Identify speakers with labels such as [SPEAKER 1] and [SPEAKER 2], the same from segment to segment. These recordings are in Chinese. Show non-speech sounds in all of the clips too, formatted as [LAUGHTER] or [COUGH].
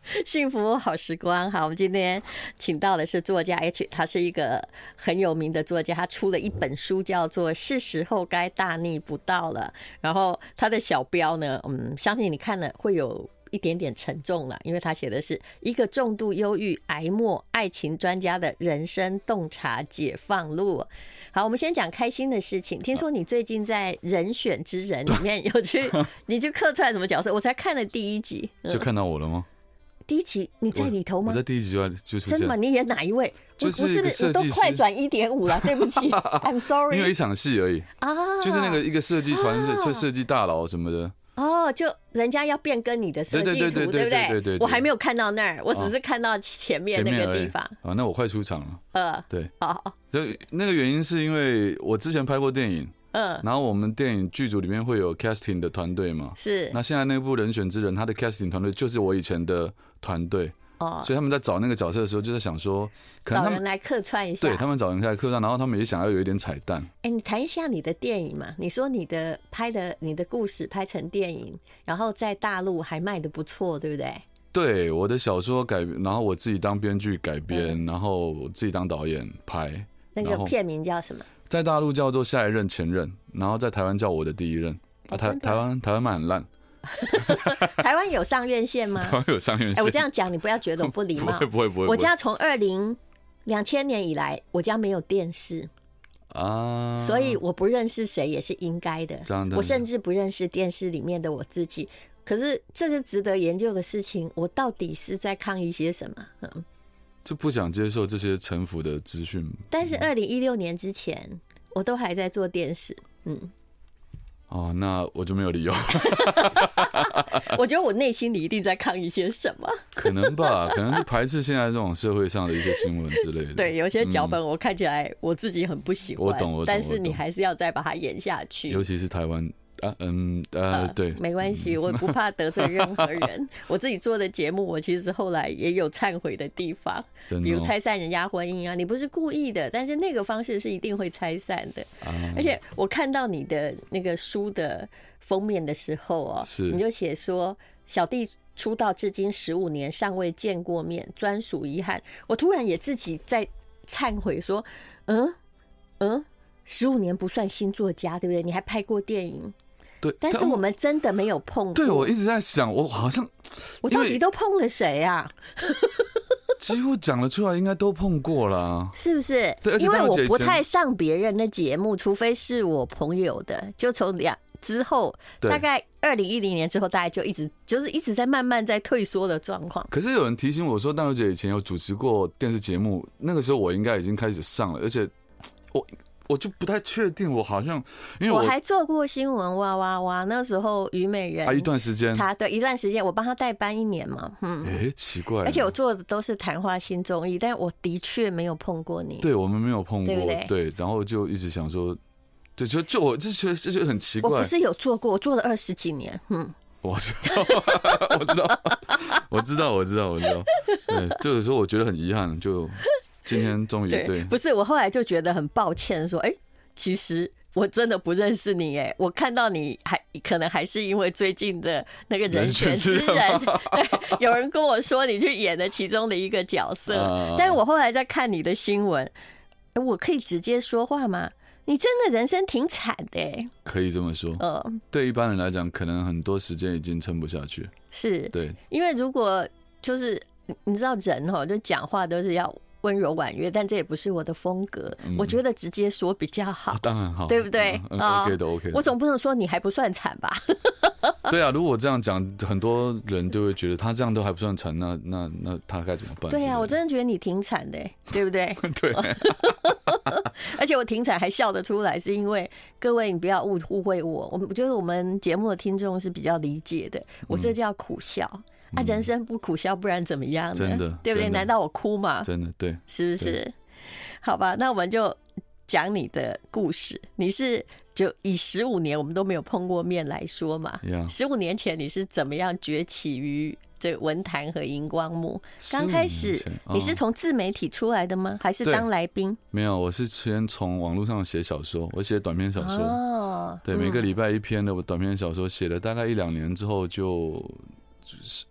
[SPEAKER 1] [LAUGHS] 幸福好时光。好，我们今天请到的是作家 H，他是一个很有名的作家，他出了一本书叫做《是时候该大逆不道了》。然后他的小标呢，嗯，相信你看了会有。一点点沉重了，因为他写的是一个重度忧郁、癌末爱情专家的人生洞察解放录。好，我们先讲开心的事情。听说你最近在《人选之人》里面有去，你去客串什么角色？我才看了第一集，
[SPEAKER 2] 就看到我了吗？
[SPEAKER 1] 第一集你嗯在里头吗？
[SPEAKER 2] 我在第一集就就出
[SPEAKER 1] 真的吗？
[SPEAKER 2] 现，
[SPEAKER 1] 你演哪一位？我
[SPEAKER 2] 就是
[SPEAKER 1] 不是
[SPEAKER 2] 一
[SPEAKER 1] 你
[SPEAKER 2] 个设
[SPEAKER 1] 都
[SPEAKER 2] 计师
[SPEAKER 1] 快转一点
[SPEAKER 2] [LAUGHS]
[SPEAKER 1] 五了，对不起，I'm
[SPEAKER 2] 因为
[SPEAKER 1] sorry
[SPEAKER 2] 一场戏而已，
[SPEAKER 1] 啊，
[SPEAKER 2] 就是那个一个设计团
[SPEAKER 1] 啊
[SPEAKER 2] 设设计大佬什么的，
[SPEAKER 1] 哦，就人家要变更你的设计
[SPEAKER 2] 对
[SPEAKER 1] 图，对
[SPEAKER 2] 对对
[SPEAKER 1] 不
[SPEAKER 2] 对对对对对
[SPEAKER 1] 我还没有看到那儿，我只是看到前面
[SPEAKER 2] 前
[SPEAKER 1] 那
[SPEAKER 2] 面
[SPEAKER 1] 个
[SPEAKER 2] 而
[SPEAKER 1] 地
[SPEAKER 2] 已
[SPEAKER 1] 方。
[SPEAKER 2] 啊。那我快出场了，
[SPEAKER 1] 呃，
[SPEAKER 2] 对，
[SPEAKER 1] 哦，
[SPEAKER 2] 就那个原因是因为我之前拍过电影，
[SPEAKER 1] 嗯，
[SPEAKER 2] 然后我们电影剧组里面会有 casting 的团队嘛，
[SPEAKER 1] 是
[SPEAKER 2] 那现在那部《人选之人》他的 casting 团队就是我以前的团队，
[SPEAKER 1] 哦，
[SPEAKER 2] 所以他们在找那个角色的时候就在想说，可
[SPEAKER 1] 找
[SPEAKER 2] 能他
[SPEAKER 1] 人
[SPEAKER 2] 们
[SPEAKER 1] 来客串一下。
[SPEAKER 2] 对他们找人来客串，然后他们也想要有一点彩蛋。
[SPEAKER 1] 哎，你谈一下你的电影嘛？你说你的拍的你的故事拍成电影，然后在大陆还卖的不错，对不对？
[SPEAKER 2] 对我的小说改，然后我自己当编剧
[SPEAKER 1] 嗯
[SPEAKER 2] 改编，然后我自己当导演拍，
[SPEAKER 1] 那
[SPEAKER 2] 然
[SPEAKER 1] 个
[SPEAKER 2] 后
[SPEAKER 1] 片名叫什么？
[SPEAKER 2] 在大陆叫做下一任前任，然后在台湾叫我的第一任。
[SPEAKER 1] 哦
[SPEAKER 2] 啊台
[SPEAKER 1] 真的啊
[SPEAKER 2] 台湾台湾卖很烂，
[SPEAKER 1] 台湾有上院线吗
[SPEAKER 2] 台？湾有上院
[SPEAKER 1] 哎，
[SPEAKER 2] 线。
[SPEAKER 1] 我这样讲你不要觉得我不礼
[SPEAKER 2] [LAUGHS] 不
[SPEAKER 1] 貌
[SPEAKER 2] 会。不会不会，
[SPEAKER 1] 我
[SPEAKER 2] 不会
[SPEAKER 1] 家从二零两千年以来，我家没有电视。
[SPEAKER 2] 啊，
[SPEAKER 1] 所以我不认识谁也是应该的。
[SPEAKER 2] 这样的
[SPEAKER 1] 我甚至不认识电视里面的我自己。可是这个值得研究的事情，我到底是在抗议些什么？嗯，
[SPEAKER 2] 就不想接受这些城府的资讯。
[SPEAKER 1] 但
[SPEAKER 2] 嗯
[SPEAKER 1] 是二零一六年之前，我都还在做电
[SPEAKER 2] [LAUGHS]
[SPEAKER 1] 视。嗯，
[SPEAKER 2] 哦，那我就没有理由，
[SPEAKER 1] 我觉得我内心里一定在抗议些什么。
[SPEAKER 2] 可能吧，可能是排斥现在这种社会上的一些新闻之类
[SPEAKER 1] [LAUGHS]
[SPEAKER 2] 的。
[SPEAKER 1] 对，有些脚本我看起来我自己很不喜欢，
[SPEAKER 2] 嗯我懂我懂
[SPEAKER 1] 但是
[SPEAKER 2] 我懂
[SPEAKER 1] 你还是要再把它演下去。
[SPEAKER 2] 尤其是台湾啊，嗯呃，对，
[SPEAKER 1] 没关系，我不怕得罪任何
[SPEAKER 2] [LAUGHS]
[SPEAKER 1] 人。我自己做的节目，我其实后来也有忏悔的地方，
[SPEAKER 2] 真的
[SPEAKER 1] 比如
[SPEAKER 2] 哦
[SPEAKER 1] 拆散人家婚姻啊，你不是故意的，但是那个方式是一定会拆散的。
[SPEAKER 2] 啊，
[SPEAKER 1] 而且我看到你的那个书的封面的时候哦，
[SPEAKER 2] 是
[SPEAKER 1] 你就写说小弟出道至今十五年尚未见过面，专属遗憾。我突然也自己在忏悔说，嗯嗯，十五年不算新作家，对不对？你还拍过电影，
[SPEAKER 2] 对，
[SPEAKER 1] 但是我们真的没有碰过。
[SPEAKER 2] 对我一直在想，我好像
[SPEAKER 1] 我到
[SPEAKER 2] 因
[SPEAKER 1] 底
[SPEAKER 2] 为
[SPEAKER 1] 都碰了谁啊？
[SPEAKER 2] 几乎讲得出来，应该都碰过啦。
[SPEAKER 1] 是不是
[SPEAKER 2] 对而？且
[SPEAKER 1] 因为
[SPEAKER 2] 大陆
[SPEAKER 1] 我
[SPEAKER 2] 姐以
[SPEAKER 1] 不
[SPEAKER 2] 前
[SPEAKER 1] 太上别人的节目，除非是我朋友的。就从两之后，
[SPEAKER 2] 对
[SPEAKER 1] 大概二零一零年之后，大概就一直就是一直在慢慢在退缩的状况。
[SPEAKER 2] 可是有人提醒我说，大小姐以前有主持过电视节目，那个时候我应该已经开始上了，而且我我就不太确定，我好像因为
[SPEAKER 1] 我
[SPEAKER 2] 我
[SPEAKER 1] 还做过新闻哇哇哇，那时候虞美人
[SPEAKER 2] 啊一段时间，
[SPEAKER 1] 她对一段时间我帮她代班一年嘛，嗯，
[SPEAKER 2] 哎、奇怪，
[SPEAKER 1] 而且我做的都是谈话性综艺，但我的确没有碰过你。
[SPEAKER 2] 对我们没有碰过，
[SPEAKER 1] 对不对
[SPEAKER 2] 然后就一直想说，对，就就我就觉得这就很奇
[SPEAKER 1] 我
[SPEAKER 2] 怪
[SPEAKER 1] 不，是有做过，我做了二十几年，嗯，
[SPEAKER 2] 我知道，我知道，我知道，我知道，我知道，对，就是说我觉得很遗憾，就今天终于对
[SPEAKER 1] 不是我后来就觉得很抱歉，说，哎、其实我真的不认识你，哎，我看到你还可能还是因为最近的那个人
[SPEAKER 2] 人
[SPEAKER 1] 选
[SPEAKER 2] 选
[SPEAKER 1] 之
[SPEAKER 2] 之
[SPEAKER 1] 人，
[SPEAKER 2] 人
[SPEAKER 1] 对，有人跟我说你去演了其中的一个角色，
[SPEAKER 2] 啊
[SPEAKER 1] 但是我后来在看你的新闻，哎我可以直接说话吗？你真的人生挺惨的、哎，
[SPEAKER 2] 可以这么说，
[SPEAKER 1] 呃，
[SPEAKER 2] 对一般人来讲，可能很多时间已经撑不下去，
[SPEAKER 1] 是
[SPEAKER 2] 对，
[SPEAKER 1] 因为如果就是你你知道人哈，就讲话都是要温柔婉约，但这也不是我的风格，
[SPEAKER 2] 嗯
[SPEAKER 1] 我觉得直接说比较好。
[SPEAKER 2] 当然好，
[SPEAKER 1] 对不对
[SPEAKER 2] 嗯嗯
[SPEAKER 1] 啊
[SPEAKER 2] ，OK 的，OK 的。
[SPEAKER 1] 我总不能说你还不算惨吧？
[SPEAKER 2] 对啊，如果我这样讲，很多人就会觉得他这样都还不算惨，那那那他该怎么办？
[SPEAKER 1] 对呀、啊
[SPEAKER 2] 呀， [LAUGHS]
[SPEAKER 1] 我真的觉得你挺惨的、对不 [LAUGHS] 对？
[SPEAKER 2] 对，
[SPEAKER 1] 而且我挺惨还笑得出来，是因为各位你不要误误会我，我我觉得我们节目的听众是比较理解的，我这叫苦笑。啊，人生不苦笑，不然怎么样呢？
[SPEAKER 2] 真的
[SPEAKER 1] 对不对？
[SPEAKER 2] 真的
[SPEAKER 1] 难道我哭吗？
[SPEAKER 2] 真的对。
[SPEAKER 1] 是不是？好吧，那我们就讲你的故事。你是就以十五年我们都没有碰过面来说嘛
[SPEAKER 2] Yeah，
[SPEAKER 1] 十五年前你是怎么样崛起于这文坛和荧光幕？
[SPEAKER 2] 15
[SPEAKER 1] [LAUGHS] 刚开始
[SPEAKER 2] 年前
[SPEAKER 1] 你是
[SPEAKER 2] 哦
[SPEAKER 1] 从自媒体出来的吗？还是
[SPEAKER 2] 对
[SPEAKER 1] 当来宾？
[SPEAKER 2] 没有？我是先从网络上写小说，我写短篇小说，
[SPEAKER 1] 哦，
[SPEAKER 2] 对，每个礼拜一篇的我短篇小说，写了大概一两年之后就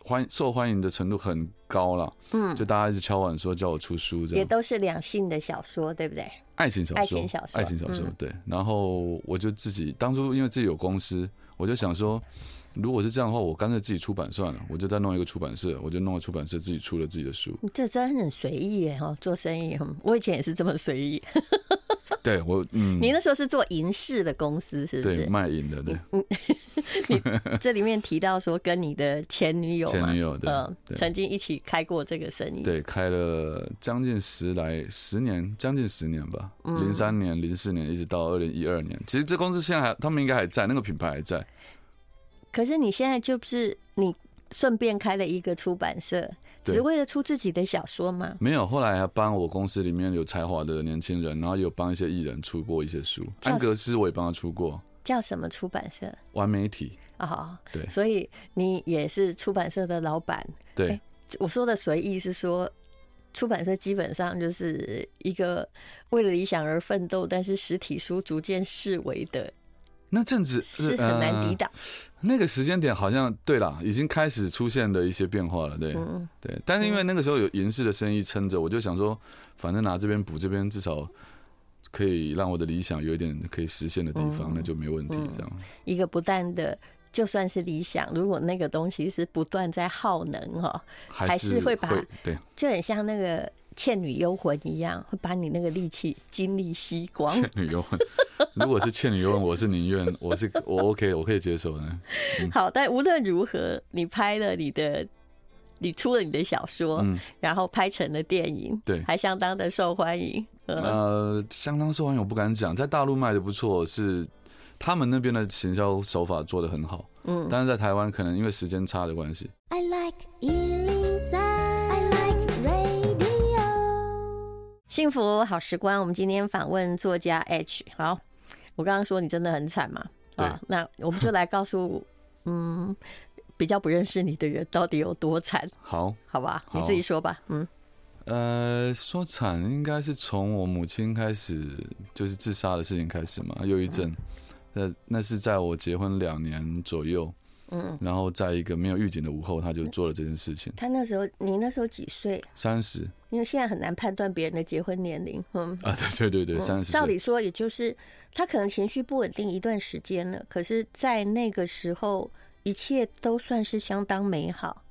[SPEAKER 2] 欢受欢迎的程度很高了，
[SPEAKER 1] 嗯，
[SPEAKER 2] 就大家一直敲碗说叫我出书这
[SPEAKER 1] 也
[SPEAKER 2] 样，
[SPEAKER 1] 都是两性的小说，对不对？
[SPEAKER 2] 爱情小说，
[SPEAKER 1] 爱情小说
[SPEAKER 2] 爱情小说
[SPEAKER 1] 嗯
[SPEAKER 2] 对。然后我就自己当初因为自己有公司，我就想说，如果是这样的话，我干脆自己出版算了，我就再弄一个出版社，我就弄个出版社自己出了自己的书。
[SPEAKER 1] 你这真的很随意耶，哈，做生意，嗯我以前也是这么随意。
[SPEAKER 2] 对我，嗯，
[SPEAKER 1] 你那时候是做银饰的公司，是不
[SPEAKER 2] 对
[SPEAKER 1] 是？
[SPEAKER 2] 卖淫的，对，
[SPEAKER 1] 这里面提到说跟你的前女友嘛，
[SPEAKER 2] 前女友对
[SPEAKER 1] 嗯，
[SPEAKER 2] 对
[SPEAKER 1] 曾经一起开过这个生意，
[SPEAKER 2] 对，开了将近十来十年，将近十年吧，
[SPEAKER 1] 嗯
[SPEAKER 2] 零三年、零四年一直到二零一二年。其实这公司现在还，他们应该还在，那个品牌还在。
[SPEAKER 1] 可是你现在就是你顺便开了一个出版社，
[SPEAKER 2] 对
[SPEAKER 1] 只为了出自己的小说吗？
[SPEAKER 2] 没有，后来还帮我公司里面有才华的年轻人，然后也有帮一些艺人出过一些书。
[SPEAKER 1] 叫
[SPEAKER 2] 安格斯我也帮他出过，
[SPEAKER 1] 叫什么出版社？
[SPEAKER 2] 完美体。
[SPEAKER 1] 哦，
[SPEAKER 2] 对
[SPEAKER 1] 所以你也是出版社的老板。
[SPEAKER 2] 对
[SPEAKER 1] 哎，我说的随意是说，出版社基本上就是一个为了理想而奋斗，但是实体书逐渐式微的，
[SPEAKER 2] 那阵子
[SPEAKER 1] 是很难抵
[SPEAKER 2] 呃
[SPEAKER 1] 挡。
[SPEAKER 2] 那个时间点好像对啦，已经开始出现了一些变化了，对、
[SPEAKER 1] 嗯
[SPEAKER 2] 对。但是因为那个时候有银饰的生意撑着，我就想说，反正拿这边补这边，至少可以让我的理想有一点可以实现的地
[SPEAKER 1] 嗯
[SPEAKER 2] 方，那就没问题。这样，
[SPEAKER 1] 一个不断的。就算是理想，如果那个东西是不断在耗能哦，还是
[SPEAKER 2] 是
[SPEAKER 1] 会把
[SPEAKER 2] 对
[SPEAKER 1] 就很像那个《倩女幽魂》一样，会把你那个力气、精力吸光。
[SPEAKER 2] [LAUGHS] 倩女幽魂。如果是倩女幽魂，我是宁愿我是我 OK，我可以接受的。
[SPEAKER 1] 好，但无论如何，你拍了你的，你出了你的小说，
[SPEAKER 2] 嗯
[SPEAKER 1] 然后拍成了电影，
[SPEAKER 2] 对
[SPEAKER 1] 还相当的受欢迎。呃，
[SPEAKER 2] 呃，相当受欢迎，我不敢讲，在大陆卖的不错，是他们那边的行销手法做的很好。
[SPEAKER 1] 嗯
[SPEAKER 2] 但是在台湾可能因为时间差的关系，
[SPEAKER 3] I like Ealing Sound. I like radio.
[SPEAKER 1] 幸福好时光，我们今天访问作家 H。好，我刚刚说你真的很惨嘛？啊，那我们就来告诉， [LAUGHS] 嗯，比较不认识你的人到底有多惨，
[SPEAKER 2] 好，
[SPEAKER 1] 好吧？
[SPEAKER 2] 好
[SPEAKER 1] 你自己说吧。嗯，
[SPEAKER 2] 呃，说惨应该是从我母亲开始，就是自杀的事情开始嘛，忧郁症。那那是在我结婚两年左右，
[SPEAKER 1] 嗯，
[SPEAKER 2] 然后在一个没有预警的午后，他就做了这件事情。
[SPEAKER 1] 他那时候，你那时候几岁？
[SPEAKER 2] 三十
[SPEAKER 1] 因为现在很难判断别人的结婚年龄。嗯，
[SPEAKER 2] 啊，对对对对，三十
[SPEAKER 1] 照
[SPEAKER 2] 岁，
[SPEAKER 1] 理说，也就是他可能情绪不稳定一段时间了，可是，在那个时候，一切都算是相当美好，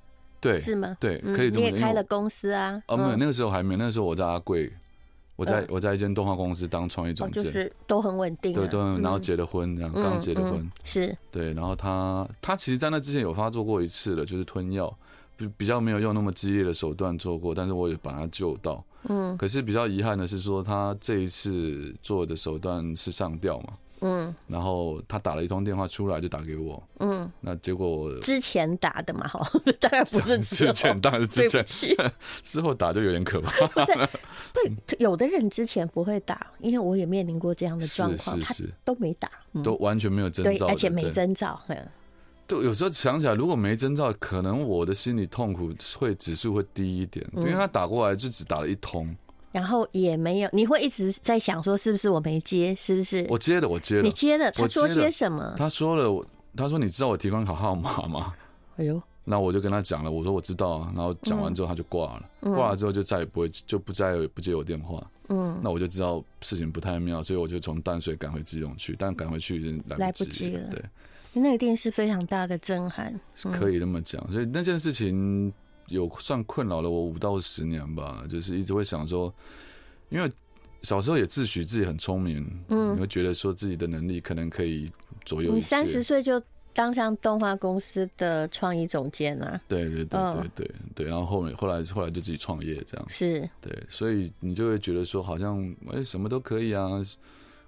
[SPEAKER 2] 对
[SPEAKER 1] 是吗？
[SPEAKER 2] 对，
[SPEAKER 1] 嗯
[SPEAKER 2] 可以这
[SPEAKER 1] 你
[SPEAKER 2] 么
[SPEAKER 1] 也
[SPEAKER 2] 因为
[SPEAKER 1] 开
[SPEAKER 2] 我
[SPEAKER 1] 了公司啊？
[SPEAKER 2] 哦，没
[SPEAKER 1] 嗯
[SPEAKER 2] 有，那个时候还没有，那个时候我在阿贵，我在、
[SPEAKER 1] 嗯
[SPEAKER 2] 我在一间动画公司当创意
[SPEAKER 1] 哦，
[SPEAKER 2] 总监，
[SPEAKER 1] 就是都很稳定啊、
[SPEAKER 2] 对，对，然后
[SPEAKER 1] 嗯
[SPEAKER 2] 结了婚，这样刚结了婚，
[SPEAKER 1] 嗯嗯是
[SPEAKER 2] 对，然后他他其实，在那之前有发作过一次了，就是吞药，比比较没有用那么激烈的手段做过，但是我也把他救到。
[SPEAKER 1] 嗯
[SPEAKER 2] 可是比较遗憾的是说，他这一次做的手段是上吊嘛，
[SPEAKER 1] 嗯
[SPEAKER 2] 然后他打了一通电话出来就打给我，
[SPEAKER 1] 嗯，
[SPEAKER 2] 那结果
[SPEAKER 1] 之前打的嘛，哈， [LAUGHS] 当然不是之后
[SPEAKER 2] [LAUGHS] 之前当然是之
[SPEAKER 1] 对不
[SPEAKER 2] 前， [LAUGHS]
[SPEAKER 1] 起，
[SPEAKER 2] 之后打就有点可怕。
[SPEAKER 1] 不是不有的人之前不会打，因为我也面临过这样的状况，
[SPEAKER 2] 是
[SPEAKER 1] 他
[SPEAKER 2] 是是
[SPEAKER 1] 都没打，嗯
[SPEAKER 2] 都完全没有征
[SPEAKER 1] 对，
[SPEAKER 2] 兆的，
[SPEAKER 1] 而且没
[SPEAKER 2] 对
[SPEAKER 1] 征兆，嗯
[SPEAKER 2] 对，有时候想起来，如果没征兆，可能我的心理痛苦会指数会低一点，
[SPEAKER 1] 嗯
[SPEAKER 2] 因为他打过来就只打了一通，
[SPEAKER 1] 然后也没有，你会一直在想说是不是我没接，是不是？
[SPEAKER 2] 我接了，我接了
[SPEAKER 1] 你。接了，他
[SPEAKER 2] 我接
[SPEAKER 1] 说
[SPEAKER 2] 了
[SPEAKER 1] 些什么？
[SPEAKER 2] 他说了，我他说你知道我提款卡号码吗？
[SPEAKER 1] 哎呦，
[SPEAKER 2] 那我就跟他讲了，我说我知道啊，然后讲完之后他就挂了，挂了之后就再也不会就不再也不接我电话，
[SPEAKER 1] 嗯，
[SPEAKER 2] 那我就知道事情不太妙，所以我就从淡水赶回基隆去，但赶回去已经来
[SPEAKER 1] 来
[SPEAKER 2] 不
[SPEAKER 1] 不
[SPEAKER 2] 及
[SPEAKER 1] 及了
[SPEAKER 2] 对，
[SPEAKER 1] 那一定是非常大的震撼。
[SPEAKER 2] 可以那么讲，所以那件事情有算困扰了我五到十年吧，就是一直会想说，因为小时候也自诩自己很聪明，嗯，你会觉得说自己的能力可能可以左右
[SPEAKER 1] 你
[SPEAKER 2] 一切，
[SPEAKER 1] 三十岁就当上动画公司的创意总监啊，
[SPEAKER 2] 对对对对
[SPEAKER 1] 嗯
[SPEAKER 2] 对对，然后后面后来后来就自己创业这样，
[SPEAKER 1] 是
[SPEAKER 2] 对，所以你就会觉得说好像哎、什么都可以啊。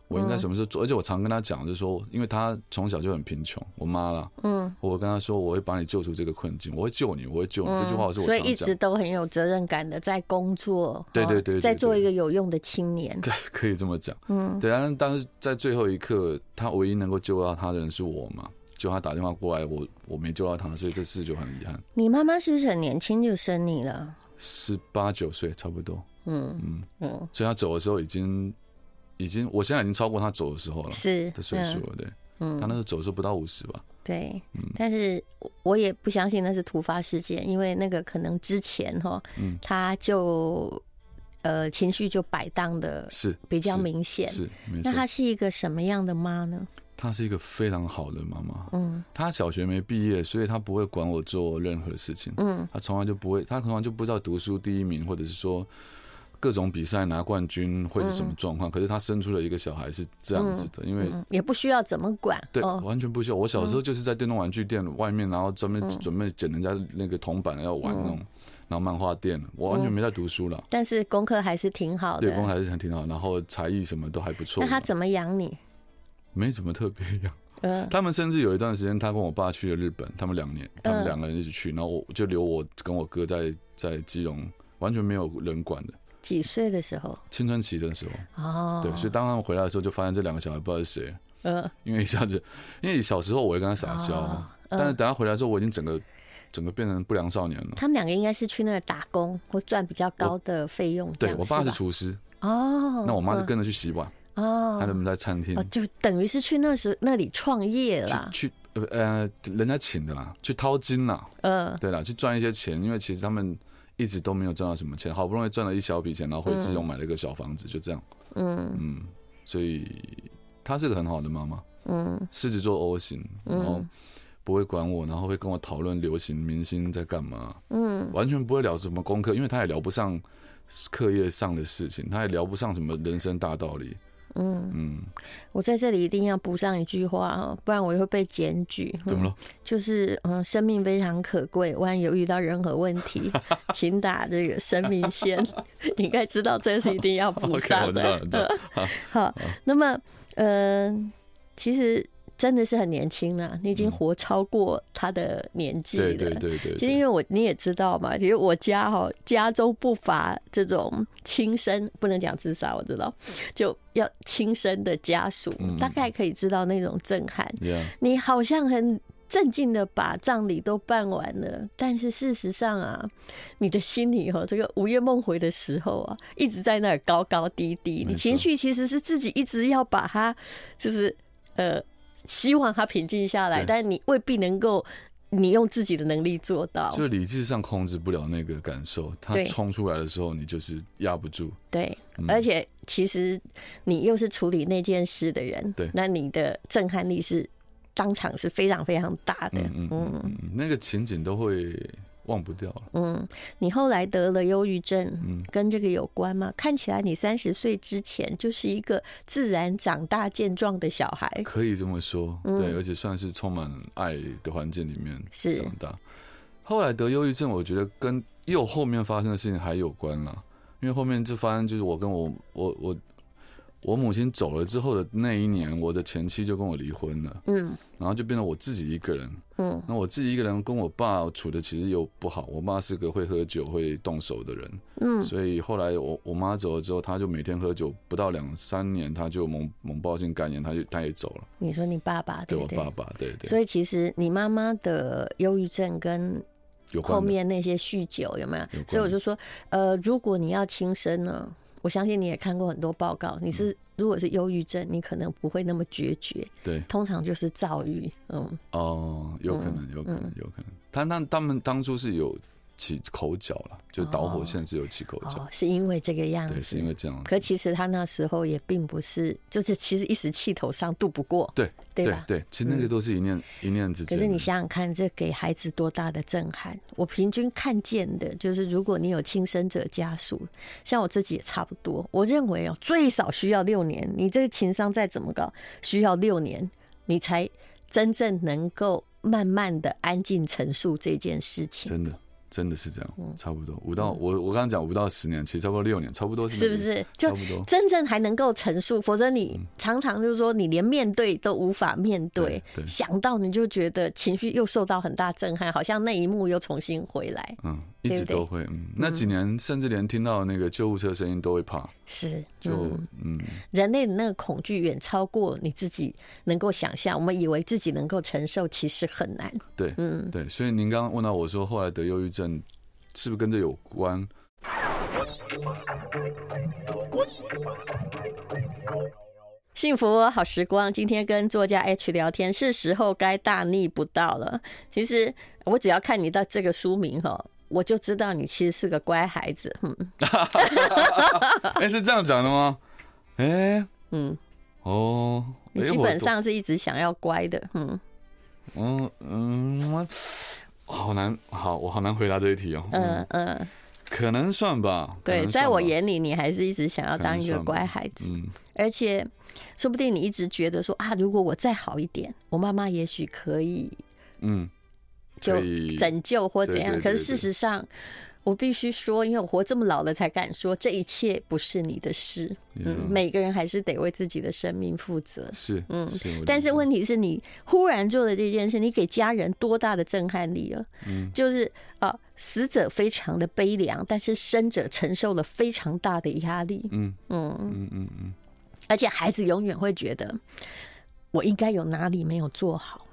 [SPEAKER 2] 我应该什么时候做？而且我常跟他讲，就是说，因为他从小就很贫穷，我妈啦，
[SPEAKER 1] 嗯，
[SPEAKER 2] 我跟他说，我会把你救出这个困境，我会救你，我会救你。这句话是
[SPEAKER 1] 嗯所
[SPEAKER 2] 我常
[SPEAKER 1] 以一
[SPEAKER 2] 讲
[SPEAKER 1] 直。都很有责任感的在工作，
[SPEAKER 2] 对对
[SPEAKER 1] 哦
[SPEAKER 2] 对对
[SPEAKER 1] 在做
[SPEAKER 2] 对
[SPEAKER 1] 一个有用的青年。
[SPEAKER 2] 对，可以这么讲。
[SPEAKER 1] 嗯
[SPEAKER 2] 对，啊但是但是在最后一刻，他唯一能够救到他的人是我嘛？就他打电话过来，我我没救到他，所以这次就很遗憾。
[SPEAKER 1] 你妈妈是不是很年轻就生你了？
[SPEAKER 2] 十八九岁差不多，
[SPEAKER 1] 嗯
[SPEAKER 2] 嗯，
[SPEAKER 1] 嗯，
[SPEAKER 2] 所以他走的时候已经嗯已经，我现在已经超过他走的时候了
[SPEAKER 1] 是嗯
[SPEAKER 2] 的岁数了。对，他那时候走的时候不到五十吧？
[SPEAKER 1] 对，
[SPEAKER 2] 嗯
[SPEAKER 1] 但是我我也不相信那是突发事件，因为那个可能之前哈，
[SPEAKER 2] 嗯
[SPEAKER 1] 他就呃情绪就摆荡的
[SPEAKER 2] 是
[SPEAKER 1] 比较
[SPEAKER 2] 是
[SPEAKER 1] 明显。
[SPEAKER 2] 是没错
[SPEAKER 1] 那。她是一个什么样的妈呢？
[SPEAKER 2] 她是一个非常好的妈妈，
[SPEAKER 1] 嗯
[SPEAKER 2] 她小学没毕业，所以她不会管我做任何事情，
[SPEAKER 1] 嗯
[SPEAKER 2] 她从来就不会，她从来就不知道读书第一名或者是说各种比赛拿冠军会是什么状况。可是她生出了一个小孩是这样子的，因为
[SPEAKER 1] 嗯嗯，也不需要怎么管
[SPEAKER 2] 对，
[SPEAKER 1] 哦，
[SPEAKER 2] 完全不需要。我小时候就是在电动玩具店外面，然后专
[SPEAKER 1] 嗯
[SPEAKER 2] 门准备捡人家那个铜板要玩那种，然后漫画店，我完全没在读书了。
[SPEAKER 1] 但是功课还是挺好
[SPEAKER 2] 对，功
[SPEAKER 1] 的。
[SPEAKER 2] 还是很挺好，然后才艺什么都还不错
[SPEAKER 1] 那。她怎么养你？
[SPEAKER 2] 没怎么特别样。
[SPEAKER 1] 嗯、
[SPEAKER 2] 他们甚至有一段时间，他跟我爸去了日本，他们两年，他
[SPEAKER 1] 嗯
[SPEAKER 2] 们两个人一起去，然后我就留我跟我哥在在基隆，完全没有人管的。
[SPEAKER 1] 几岁的时候？
[SPEAKER 2] 青春期的时候，
[SPEAKER 1] 哦，
[SPEAKER 2] 对，所以当他们回来的时候，就发现这两个小孩不知道是谁，
[SPEAKER 1] 呃，
[SPEAKER 2] 因为一下子， [LAUGHS] 因为小时候我会跟他撒娇
[SPEAKER 1] 哦，嗯
[SPEAKER 2] 但是等他回来之后，我已经整个整个变成不良少年了。
[SPEAKER 1] 他们两个应该是去那儿打工或赚比较高的费用这
[SPEAKER 2] 对
[SPEAKER 1] 样，
[SPEAKER 2] 我爸
[SPEAKER 1] 是
[SPEAKER 2] 是
[SPEAKER 1] 吧
[SPEAKER 2] 厨师，
[SPEAKER 1] 哦，
[SPEAKER 2] 那我妈就跟着去洗碗，
[SPEAKER 1] 嗯哦，
[SPEAKER 2] 他们在餐厅
[SPEAKER 1] 哦，就等于是去那时那里创业啦，
[SPEAKER 2] 去去呃呃人家请的啦，去掏金啦，
[SPEAKER 1] 嗯
[SPEAKER 2] [LAUGHS] 对啦，去赚一些钱，因为其实他们一直都没有赚到什么钱，好不容易赚了一小笔钱，然后回自用买了一个小房子，就这样，
[SPEAKER 1] 嗯
[SPEAKER 2] 嗯，所以她是个很好的妈妈，
[SPEAKER 1] 嗯
[SPEAKER 2] 狮子座 O 型，然后不会管我，然后会跟我讨论流行明星在干嘛，
[SPEAKER 1] 嗯，
[SPEAKER 2] 完全不会聊什么功课，因为她也聊不上课业上的事情，她也聊不上什么人生大道理，
[SPEAKER 1] 嗯
[SPEAKER 2] 嗯，
[SPEAKER 1] 我在这里一定要补上一句话哦，不然我会被检举。
[SPEAKER 2] 怎么
[SPEAKER 1] 嗯
[SPEAKER 2] 了？
[SPEAKER 1] 就是嗯，生命非常可贵，万一有遇到任何问
[SPEAKER 2] [LAUGHS]
[SPEAKER 1] 题，请打这个生命线。 [LAUGHS] 你应该知道这是一定要补
[SPEAKER 2] [LAUGHS] OK，
[SPEAKER 1] 上
[SPEAKER 2] 我知
[SPEAKER 1] 的
[SPEAKER 2] 道我知。道
[SPEAKER 1] 嗯 [LAUGHS] 好，那么嗯、其实真的是很年轻了，你已经活超过他的年纪了。
[SPEAKER 2] 嗯对对对对，
[SPEAKER 1] 其实因为我你也知道嘛，其实我家哈、家中不乏这种亲生，不能讲自杀，我知道，就要亲生的家属，
[SPEAKER 2] 嗯
[SPEAKER 1] 大概可以知道那种震撼。
[SPEAKER 2] 对 Yeah，
[SPEAKER 1] 你好像很镇静的把葬礼都办完了，但是事实上啊，你的心里哦，这个午夜梦回的时候啊，一直在那儿高高低低，
[SPEAKER 2] 错
[SPEAKER 1] 你情绪其实是自己一直要把它，就是呃，希望它平静下来，
[SPEAKER 2] 对
[SPEAKER 1] 但你未必能够。你用自己的能力做到，
[SPEAKER 2] 就理智上控制不了那个感受，它
[SPEAKER 1] 哦对
[SPEAKER 2] 冲出来的时候，你就是压不住。
[SPEAKER 1] 对，
[SPEAKER 2] 嗯
[SPEAKER 1] 而且其实你又是处理那件事的人，
[SPEAKER 2] 对
[SPEAKER 1] 那你的震撼力是当场是非常非常大的，
[SPEAKER 2] 嗯嗯嗯嗯，嗯那个情景都会忘不掉了。
[SPEAKER 1] 嗯，你后来得了忧郁症
[SPEAKER 2] 嗯，
[SPEAKER 1] 跟这个有关吗？看起来你三十岁之前就是一个自然长大健壮的小孩，
[SPEAKER 2] 可以这么说，
[SPEAKER 1] 嗯
[SPEAKER 2] 对，而且算是充满爱的环境里面
[SPEAKER 1] 是
[SPEAKER 2] 长大。后来得忧郁症，我觉得跟又后面发生的事情还有关啦，因为后面就发生就是我跟
[SPEAKER 1] 嗯
[SPEAKER 2] 我我我我母亲走了之后的那一年，我的前妻就跟我离婚了，
[SPEAKER 1] 嗯
[SPEAKER 2] 然后就变成我自己一个人。
[SPEAKER 1] 嗯
[SPEAKER 2] 那我自己一个人跟我爸处的其实又不好，我爸是个会喝酒、会动手的人，
[SPEAKER 1] 嗯
[SPEAKER 2] 所以后来我我妈走了之后，他就每天喝酒，不到两三年他就猛猛暴性肝炎，他就他也走了。
[SPEAKER 1] 你说你爸爸
[SPEAKER 2] 对
[SPEAKER 1] 不
[SPEAKER 2] 我
[SPEAKER 1] 对？
[SPEAKER 2] 爸爸，对对，
[SPEAKER 1] 所以其实你妈妈的忧郁症跟
[SPEAKER 2] 有关
[SPEAKER 1] 后
[SPEAKER 2] 的
[SPEAKER 1] 面那些酗酒有没有？
[SPEAKER 2] 有关
[SPEAKER 1] 所以我就说，呃，如果你要轻生呢，我相信你也看过很多报告，你
[SPEAKER 2] 嗯
[SPEAKER 1] 是、如果是忧郁症，你可能不会那么决绝，
[SPEAKER 2] 对
[SPEAKER 1] 通常就是躁郁，嗯
[SPEAKER 2] 哦，有可能，有可能，有可能。他那他们当初是有起口角了，就导火线是有起口角
[SPEAKER 1] 哦，，是因为这个样
[SPEAKER 2] 对，是因
[SPEAKER 1] 子。
[SPEAKER 2] 为这样
[SPEAKER 1] 可
[SPEAKER 2] 子。
[SPEAKER 1] 其实他那时候也并不是，就是其实一时气头上渡不过，
[SPEAKER 2] 对
[SPEAKER 1] 对
[SPEAKER 2] 对
[SPEAKER 1] 吧？嗯
[SPEAKER 2] 对，其实那个都是一念一念之
[SPEAKER 1] 可
[SPEAKER 2] 间的。
[SPEAKER 1] 是你想想看，这给孩子多大的震撼！我平均看见的就是，如果你有亲生者家属，像我自己也差不多。我认为哦，最少需要六年，你这个情商再怎么高，需要六年，你才真正能够慢慢的安静陈述这件事情，
[SPEAKER 2] 真的真的是这
[SPEAKER 1] 嗯
[SPEAKER 2] 样，差不多五到我我刚刚讲五到十年，其实差不多六年，差不多
[SPEAKER 1] 是
[SPEAKER 2] 是
[SPEAKER 1] 不
[SPEAKER 2] 那个
[SPEAKER 1] 是？就
[SPEAKER 2] 差不多嗯
[SPEAKER 1] 真正还能够陈述，否则你常常就是说，你连面对都无法面对
[SPEAKER 2] 对，对
[SPEAKER 1] 想到你就觉得情绪又受到很大震撼，好像那一幕又重新回来，
[SPEAKER 2] 嗯，一
[SPEAKER 1] 对
[SPEAKER 2] 直
[SPEAKER 1] 不对
[SPEAKER 2] 都会。嗯，那几年甚至连听到那个救护车声音都会怕，
[SPEAKER 1] 是
[SPEAKER 2] 就
[SPEAKER 1] 嗯
[SPEAKER 2] 嗯，
[SPEAKER 1] 人类的那个恐惧远超过你自己能够想象。我们以为自己能够承受，其实很难。
[SPEAKER 2] 对
[SPEAKER 1] 嗯，
[SPEAKER 2] 对。所以您刚刚问到我说，后来得忧郁症是不是跟这有
[SPEAKER 1] [LAUGHS]
[SPEAKER 2] 关？
[SPEAKER 1] 幸福哦好时光，今天跟作家 H 聊天，是时候该大逆不道了。其实我只要看你到这个书名哈，我就知道你其实是个乖孩子。嗯
[SPEAKER 2] 哎、是这样讲的吗？哎、
[SPEAKER 1] 嗯，
[SPEAKER 2] 哦，
[SPEAKER 1] 你
[SPEAKER 2] 哎
[SPEAKER 1] 基
[SPEAKER 2] 我
[SPEAKER 1] 本上是一直想要乖的。嗯
[SPEAKER 2] 嗯嗯，我好难，好，我好难回答这一题哦。
[SPEAKER 1] 嗯
[SPEAKER 2] 嗯，
[SPEAKER 1] 嗯，
[SPEAKER 2] 可能算吧。可
[SPEAKER 1] 对，
[SPEAKER 2] 能
[SPEAKER 1] 在
[SPEAKER 2] 算
[SPEAKER 1] 我
[SPEAKER 2] 吧，
[SPEAKER 1] 眼里，你还是一直想要
[SPEAKER 2] 可
[SPEAKER 1] 当
[SPEAKER 2] 能
[SPEAKER 1] 一个
[SPEAKER 2] 算吧
[SPEAKER 1] 乖孩子。
[SPEAKER 2] 嗯，
[SPEAKER 1] 而且说不定你一直觉得说啊，如果我再好一点，我妈妈也许可以
[SPEAKER 2] 嗯，
[SPEAKER 1] 就
[SPEAKER 2] 可以
[SPEAKER 1] 拯救或怎样。
[SPEAKER 2] 对对
[SPEAKER 1] 可是
[SPEAKER 2] 对
[SPEAKER 1] 事
[SPEAKER 2] 对
[SPEAKER 1] 实上，我必须说，因为我活这么老了才敢说，这一切不是你的事。嗯，
[SPEAKER 2] Yeah
[SPEAKER 1] 每个人还是得为自己的生命负责。
[SPEAKER 2] 是，嗯是。
[SPEAKER 1] 但是
[SPEAKER 2] 我
[SPEAKER 1] 问
[SPEAKER 2] 理
[SPEAKER 1] 题是你忽然做的这件事，你给家人多大的震撼力啊？
[SPEAKER 2] 嗯
[SPEAKER 1] 就是呃，死者非常的悲凉，但是生者承受了非常大的压力。
[SPEAKER 2] 解，嗯
[SPEAKER 1] 嗯，
[SPEAKER 2] 嗯嗯嗯，
[SPEAKER 1] 而且孩子永远会觉得我应该有哪里没有做好。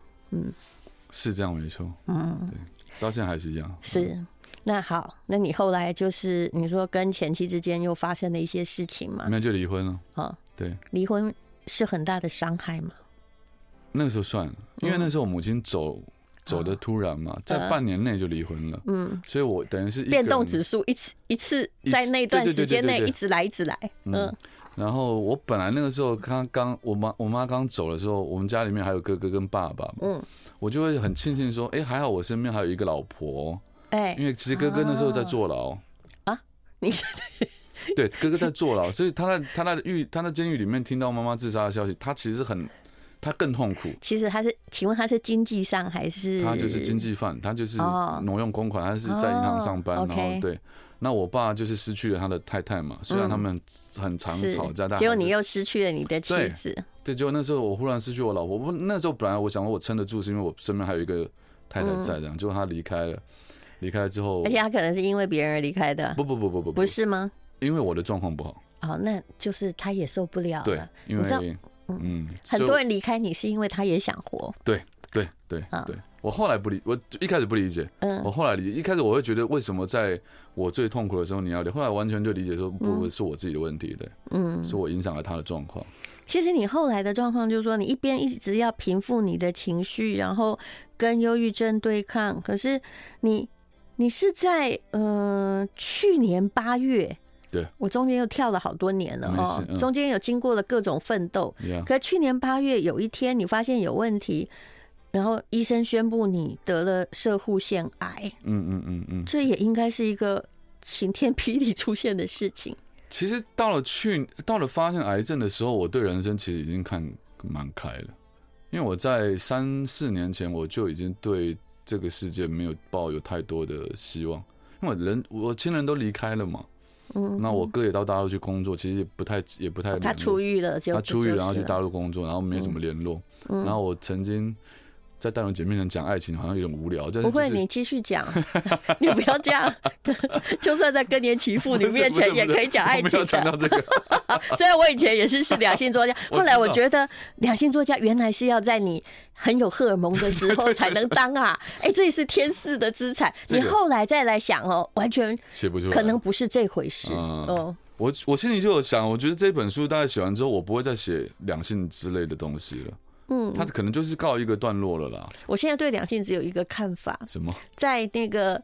[SPEAKER 2] 是这样没错。
[SPEAKER 1] 嗯，
[SPEAKER 2] 对，到现在还是一样。
[SPEAKER 1] 是。那好，那你后来就是你说跟前妻之间又发生了一些事情嘛
[SPEAKER 2] 嗯，？那就离婚了。
[SPEAKER 1] 啊，
[SPEAKER 2] 对，
[SPEAKER 1] 离婚是很大的伤害嘛？
[SPEAKER 2] 那个时候算
[SPEAKER 1] 嗯
[SPEAKER 2] 了，因为那时候我母亲走走的突然嘛，在半年内就离婚了。
[SPEAKER 1] 啊嗯，
[SPEAKER 2] 所以我等于是一个
[SPEAKER 1] 变动
[SPEAKER 2] 人
[SPEAKER 1] 指数一次一次
[SPEAKER 2] 一次
[SPEAKER 1] 在那段
[SPEAKER 2] 对对
[SPEAKER 1] 时
[SPEAKER 2] 对
[SPEAKER 1] 间
[SPEAKER 2] 对
[SPEAKER 1] 内
[SPEAKER 2] 对对
[SPEAKER 1] 一直来一直来，嗯
[SPEAKER 2] 嗯，然后我本来那个时候，刚刚我妈我妈刚走的时候，我们家里面还有哥哥跟爸爸嘛，
[SPEAKER 1] 嗯
[SPEAKER 2] 我就会很庆幸说，哎，还好我身边还有一个老婆，
[SPEAKER 1] 哎、啊
[SPEAKER 2] 因为其实哥哥那时候在坐牢，
[SPEAKER 1] 你 [LAUGHS]
[SPEAKER 2] 对，哥哥在坐牢，所以他在他在狱他在监狱里面听到妈妈自杀的消息，他其实很他更痛苦，
[SPEAKER 1] 其实他是，请问他是经济上还是？
[SPEAKER 2] 他就是经济犯，他就是
[SPEAKER 1] 哦
[SPEAKER 2] 挪用公款，他是在银行上班
[SPEAKER 1] 哦，
[SPEAKER 2] 然
[SPEAKER 1] OK
[SPEAKER 2] 后对，那我爸就是失去了他的太太嘛，虽然他们很常
[SPEAKER 1] 是
[SPEAKER 2] 吵架，但
[SPEAKER 1] 结果
[SPEAKER 2] 还是
[SPEAKER 1] 你又失去了你的妻
[SPEAKER 2] 对
[SPEAKER 1] 子，
[SPEAKER 2] 对，结果那时候我忽然失去我老婆，不，那时候本来我想说我撑得住，是因为我身边还有一个太太在，这样，结果她离开了，离开之后
[SPEAKER 1] 嗯而，且他可能是因为别人而离开的，哦
[SPEAKER 2] 不不不不不
[SPEAKER 1] 不，是吗？
[SPEAKER 2] 因为我的状况不好，
[SPEAKER 1] 哦，那就是他也受不了
[SPEAKER 2] 对
[SPEAKER 1] 了。，
[SPEAKER 2] 因
[SPEAKER 1] 你知道
[SPEAKER 2] 为嗯，
[SPEAKER 1] 很
[SPEAKER 2] 所以
[SPEAKER 1] 多人离开你是因为他也想活，
[SPEAKER 2] 对对对
[SPEAKER 1] 啊
[SPEAKER 2] 对，我后来不理，我一开始不理解，
[SPEAKER 1] 嗯
[SPEAKER 2] 我后来理，一开始我会觉得为什么在我最痛苦的时候你要理，后来完全就理解说不不是我自己的问题，对，
[SPEAKER 1] 嗯。
[SPEAKER 2] 是我影响了他的状况，
[SPEAKER 1] 其实你后来的状况就是说，你一边一直要平复你的情绪，然后跟忧郁症对抗，可是你你是在呃去年八月，
[SPEAKER 2] 对
[SPEAKER 1] 我中间又跳了好多年了
[SPEAKER 2] 没
[SPEAKER 1] 哦
[SPEAKER 2] 事，嗯
[SPEAKER 1] 中间有经过了各种奋斗，
[SPEAKER 2] 呀，
[SPEAKER 1] 可去年八月有一天你发现有问题，然后医生宣布你得了射护腺癌，
[SPEAKER 2] 嗯嗯嗯嗯。
[SPEAKER 1] 这也应该是一个晴天霹雳出现的事情。
[SPEAKER 2] 其实到了去到了发现癌症的时候，我对人生其实已经看蛮开了，因为我在三四年前我就已经对这个世界没有抱有太多的希望，因为我人我亲人都离开了嘛，
[SPEAKER 1] 嗯，
[SPEAKER 2] 那我哥也到大陆去工作，其实也不太也不太
[SPEAKER 1] 他
[SPEAKER 2] 联络
[SPEAKER 1] 出狱了就，
[SPEAKER 2] 他出狱
[SPEAKER 1] 就是
[SPEAKER 2] 然后去
[SPEAKER 1] 了
[SPEAKER 2] 大陆工作，然后没什
[SPEAKER 1] 嗯
[SPEAKER 2] 么联络，然后我曾经。在戴荣姐面前讲爱情好像有点无聊，但是
[SPEAKER 1] 不会，
[SPEAKER 2] 就是
[SPEAKER 1] 你继续讲， [LAUGHS] 你不要这样。 [LAUGHS] 就算在更年期妇女
[SPEAKER 2] [LAUGHS] 不是
[SPEAKER 1] 面
[SPEAKER 2] 不是
[SPEAKER 1] 前，
[SPEAKER 2] 不
[SPEAKER 1] 也
[SPEAKER 2] 是
[SPEAKER 1] 可以讲爱
[SPEAKER 2] 我没
[SPEAKER 1] 情
[SPEAKER 2] 有讲
[SPEAKER 1] 的。
[SPEAKER 2] 到这个， [LAUGHS]
[SPEAKER 1] 虽然我以前也是是两性作家，
[SPEAKER 2] 我
[SPEAKER 1] 后来
[SPEAKER 2] 知
[SPEAKER 1] 我
[SPEAKER 2] 道
[SPEAKER 1] 觉得两性作家原来是要在你很有荷尔蒙的时
[SPEAKER 2] [LAUGHS]
[SPEAKER 1] 候才能当啊。哎，这也是天赐的资产。
[SPEAKER 2] 这
[SPEAKER 1] 你
[SPEAKER 2] 个
[SPEAKER 1] 后来再来想哦，完全
[SPEAKER 2] 写不出来，
[SPEAKER 1] 可能不是这回事。
[SPEAKER 2] 嗯
[SPEAKER 1] 哦，
[SPEAKER 2] 我我心里就有想，我觉得这本书大概写完之后，我不会再写两性之类的东西了。嗯，它可能就是告一个段落了啦。
[SPEAKER 1] 我现在对两性只有一个看法，
[SPEAKER 2] 什么？
[SPEAKER 1] 在那个